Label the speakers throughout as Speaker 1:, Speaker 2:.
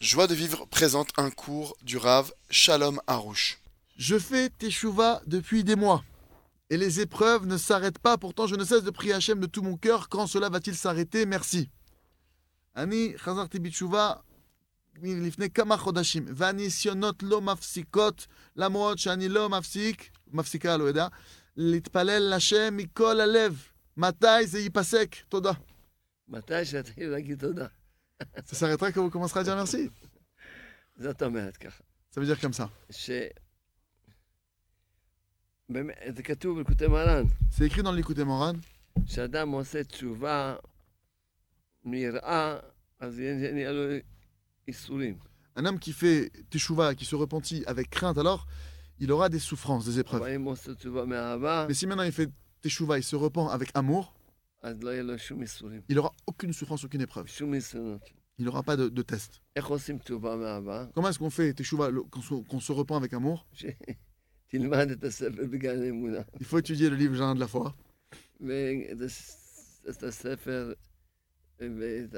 Speaker 1: Joie de vivre présente un cours du Rav Shalom Harouche.
Speaker 2: Je fais Teshuvah depuis des mois. Et les épreuves ne s'arrêtent pas, pourtant je ne cesse de prier Hachem de tout mon cœur. Quand cela va-t-il s'arrêter Merci. Ani Chazarti Bitchouva, לפני כמה חודשים, והניסיונות לא מפסיקות, למרות שאני לא מפסיק, מפסיקה, לא יודע, להתפלל לשם מכל הלב. מתי זה ייפסק? תודה.
Speaker 3: מתי שתתחיל להגיד תודה.
Speaker 2: זה סרט רק הוא כמו סחג'ה מרסי.
Speaker 3: זאת אומרת ככה,
Speaker 2: זה בדיוק כמסה.
Speaker 3: ש... באמת, זה כתוב בקוטי מרן,
Speaker 2: זה יקרין על ליקודי מורן,
Speaker 3: כשאדם עושה תשובה מיראה, אז יהיה נהיה לו ייסורים.
Speaker 2: un homme qui fait Teshuvah, qui se repentit avec crainte, alors il aura des souffrances, des épreuves.
Speaker 3: אבל אם הוא עושה תשובה מאהבה,
Speaker 2: Mais si maintenant il fait Teshuvah, il se repent avec amour,
Speaker 3: אז לא יהיה לו שום ייסורים,
Speaker 2: il n'aura aucune souffrance, aucune épreuve.
Speaker 3: שום ניסיונות.
Speaker 2: Il n'aura pas de, de test.
Speaker 3: איך עושים תשובה מאהבה?
Speaker 2: Comment est-ce qu'on fait Teshuvah le- qu'on se, qu'on se repent avec amour
Speaker 3: שתלמד את הספר בגן האמונה.
Speaker 2: Il faut étudier le livre Jardin de la foi,
Speaker 3: ואת הס- את הספר, ואת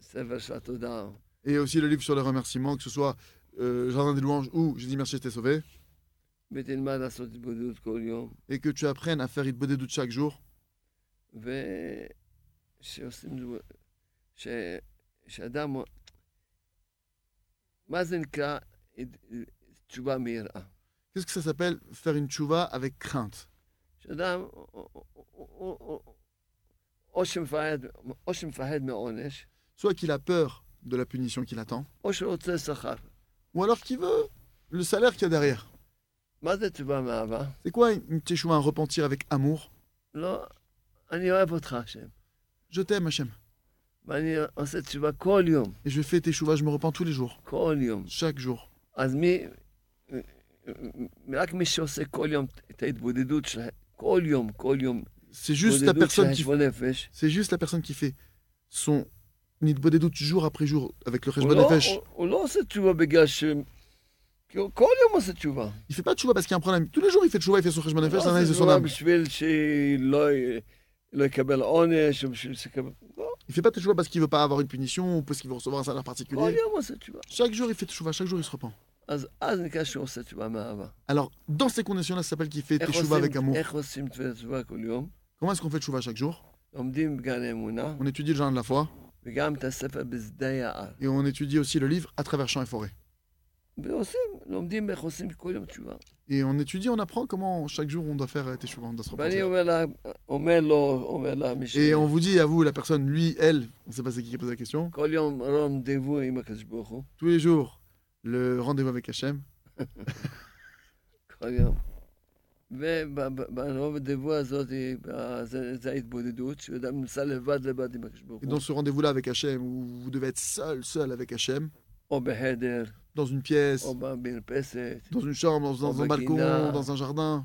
Speaker 3: הספר של התודה.
Speaker 2: et aussi le livre sur les remerciements, que ce soit euh, Jardin des louanges ou Je dis merci, je t'ai sauvé,
Speaker 3: ותלמד לעשות התבודדות כל יום,
Speaker 2: et que tu apprennes à faire Itbodé doutes chaque jour,
Speaker 3: ושעושים... דבו- ש... שאדם... מה זה נקרא הת- תשובה מיראה?
Speaker 2: Qu'est-ce que ça s'appelle faire une tchouva avec crainte
Speaker 3: שאדם, או- או- או- או- או- או שמפחד, או שמפחד מעונש,
Speaker 2: Soit qu'il a peur de la punition qui l'attend,
Speaker 3: או שרוצה שכר.
Speaker 2: ou alors qu'il veut le salaire qu'il y a derrière.
Speaker 3: מה זה תשובה מאהבה?
Speaker 2: C'est quoi une teshuvah, un repentir avec amour
Speaker 3: לא, אני אוהב אותך, השם,
Speaker 2: Je t'aime, Hachem.
Speaker 3: ואני עושה תשובה כל יום,
Speaker 2: Et je fais teshuvah, je me repens tous les jours,
Speaker 3: כל יום.
Speaker 2: chaque jour.
Speaker 3: אז מי, רק מי שעושה כל יום את ההתבודדות שלהם, כל יום, כל יום,
Speaker 2: C'est juste la
Speaker 3: התבודדות של
Speaker 2: personne qui,
Speaker 3: חשבון נפש,
Speaker 2: c'est juste la personne qui fait son nidbodé doutes jour après jour avec le
Speaker 3: הוא
Speaker 2: cheshbon
Speaker 3: לא-
Speaker 2: nefesh.
Speaker 3: הוא- הוא לא עושה תשובה בגלל ש... כי הוא כל יום עושה תשובה.
Speaker 2: Il fait pas de teshuvah parce qu'il y a un problème. Tous les jours, il fait teshuvah, il fait son cheshbon
Speaker 3: הוא
Speaker 2: nefesh,
Speaker 3: לא
Speaker 2: ça
Speaker 3: עושה
Speaker 2: analyse de son
Speaker 3: תשובה
Speaker 2: âme.
Speaker 3: בשביל שלא י- לא יקבל עונש, או בשביל שיקבל... לא,
Speaker 2: Il fait pas teshuvah parce qu'il veut pas avoir une punition ou parce qu'il veut recevoir un salaire
Speaker 3: כל
Speaker 2: particulier.
Speaker 3: יום עושה תשובה.
Speaker 2: Chaque jour, il fait teshuvah, chaque jour, il se repent.
Speaker 3: אז אז נקרא שהוא עושה תשובה מאהבה.
Speaker 2: Alors, dans ces conditions-là, ça s'appelle qu'il fait
Speaker 3: איך
Speaker 2: teshuvah
Speaker 3: עושים-
Speaker 2: avec amour.
Speaker 3: איך עושים תשובה כל יום?
Speaker 2: Comment est-ce qu'on fait teshuvah chaque jour
Speaker 3: לומדים בגן האמונה,
Speaker 2: On étudie le jardin de la foi
Speaker 3: וגם את הספר בשדה יער.
Speaker 2: et on étudie aussi le livre à travers champs et forêts.
Speaker 3: ועושים, לומדים איך עושים כל יום תשובה.
Speaker 2: Et on étudie, on apprend comment chaque jour on doit faire euh, teshuvah, on doit se
Speaker 3: ואני
Speaker 2: repentir.
Speaker 3: אומר לה, אומר לו, אומר לה מי ש...
Speaker 2: Et on vous dit à vous, la personne, lui, elle, on ne sait pas c'est qui qui pose la question,
Speaker 3: כל יום רון דבו עם הקדוש ברוך הוא,
Speaker 2: tous les jours, le rendez-vous avec Hachem.
Speaker 3: כל יום. וברוב הדבו הזאת, ב- זה זה ההתבודדות, שאדם נמצא לבד לבד עם הקדוש ברוך
Speaker 2: Et
Speaker 3: הוא,
Speaker 2: dans ce rendez-vous-là avec Hachem, où vous devez être seul, seul avec Hachem,
Speaker 3: או בחדר,
Speaker 2: dans une pièce,
Speaker 3: או במרפסת.
Speaker 2: dans une chambre, dans, Oh. dans
Speaker 3: Oh,
Speaker 2: un
Speaker 3: bah,
Speaker 2: balcon,
Speaker 3: Kinder.
Speaker 2: dans un jardin.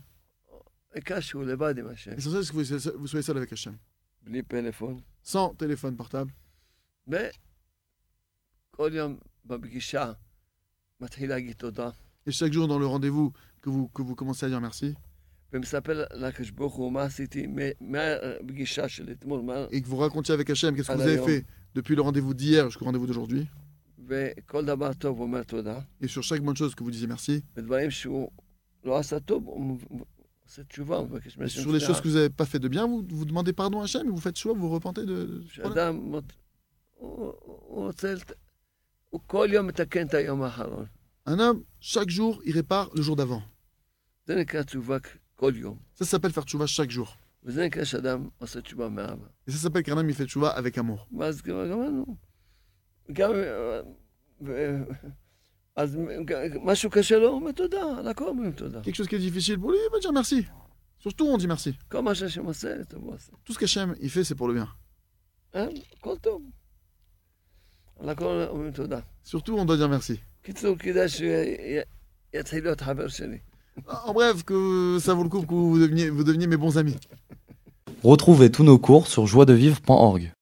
Speaker 3: העיקר שהוא לבד עם השם,
Speaker 2: L'essentiel, c'est que vous soyez seul- vous soyez seul avec Hachem.
Speaker 3: בלי פלאפון.
Speaker 2: Sans téléphone portable.
Speaker 3: וכל יום בפגישה מתחיל להגיד תודה,
Speaker 2: Et chaque jour dans le rendez-vous que vous, que vous commencez à dire merci.
Speaker 3: ומספר לקדוש ברוך הוא מה עשיתי מה- מהפגישה של אתמול, מה...
Speaker 2: Et que vous racontiez avec Hachem qu'est-ce que
Speaker 3: Ah,
Speaker 2: vous avez
Speaker 3: d'ailleurs.
Speaker 2: fait depuis le rendez-vous d'hier jusqu'au rendez-vous d'aujourd'hui.
Speaker 3: וכל דבר טוב הוא אומר תודה,
Speaker 2: Et sur chaque bonne chose que vous disiez merci.
Speaker 3: ודברים שהוא לא עשה טוב, הוא עושה תשובה, הוא מבקש
Speaker 2: Et
Speaker 3: מהשם
Speaker 2: sur les choses
Speaker 3: סליחה.
Speaker 2: que vous n'avez pas fait de bien, vous, vous demandez pardon à Hachem et vous faites choix, vous vous repentez de. ce problème.
Speaker 3: שאדם, מות- הוא הוא רוצה, לת- הוא כל yom מתקן את היום האחרון.
Speaker 2: Un homme, chaque jour, il répare le jour d'avant.
Speaker 3: זה נקרא תשובה כ- כל יום.
Speaker 2: Ça s'appelle faire tchouva chaque jour.
Speaker 3: וזה נקרא שאדם עושה תשובה מאבא.
Speaker 2: Et ça s'appelle qu'un homme, il fait tchouva avec amour.
Speaker 3: ואז גם אמרנו, גם, אה, ו- אז גם- משהו קשה לו, הוא אומר תודה, על הכל אומרים תודה.
Speaker 2: Quelque chose qui est difficile pour lui, il va dire merci. Surtout, on dit merci.
Speaker 3: כל מה שהשם עושה, טוב הוא עושה.
Speaker 2: Tout ce qu'Hachem, il fait, c'est pour le bien.
Speaker 3: אה, הכל טוב. על הכל אומרים תודה.
Speaker 2: Surtout, on doit dire merci.
Speaker 3: קיצור, כדאי שיתחיל להיות חבר שלי.
Speaker 2: En bref, que ça vaut le coup que vous deveniez, vous deveniez mes bons amis.
Speaker 4: Retrouvez tous nos cours sur joiedevivre.org.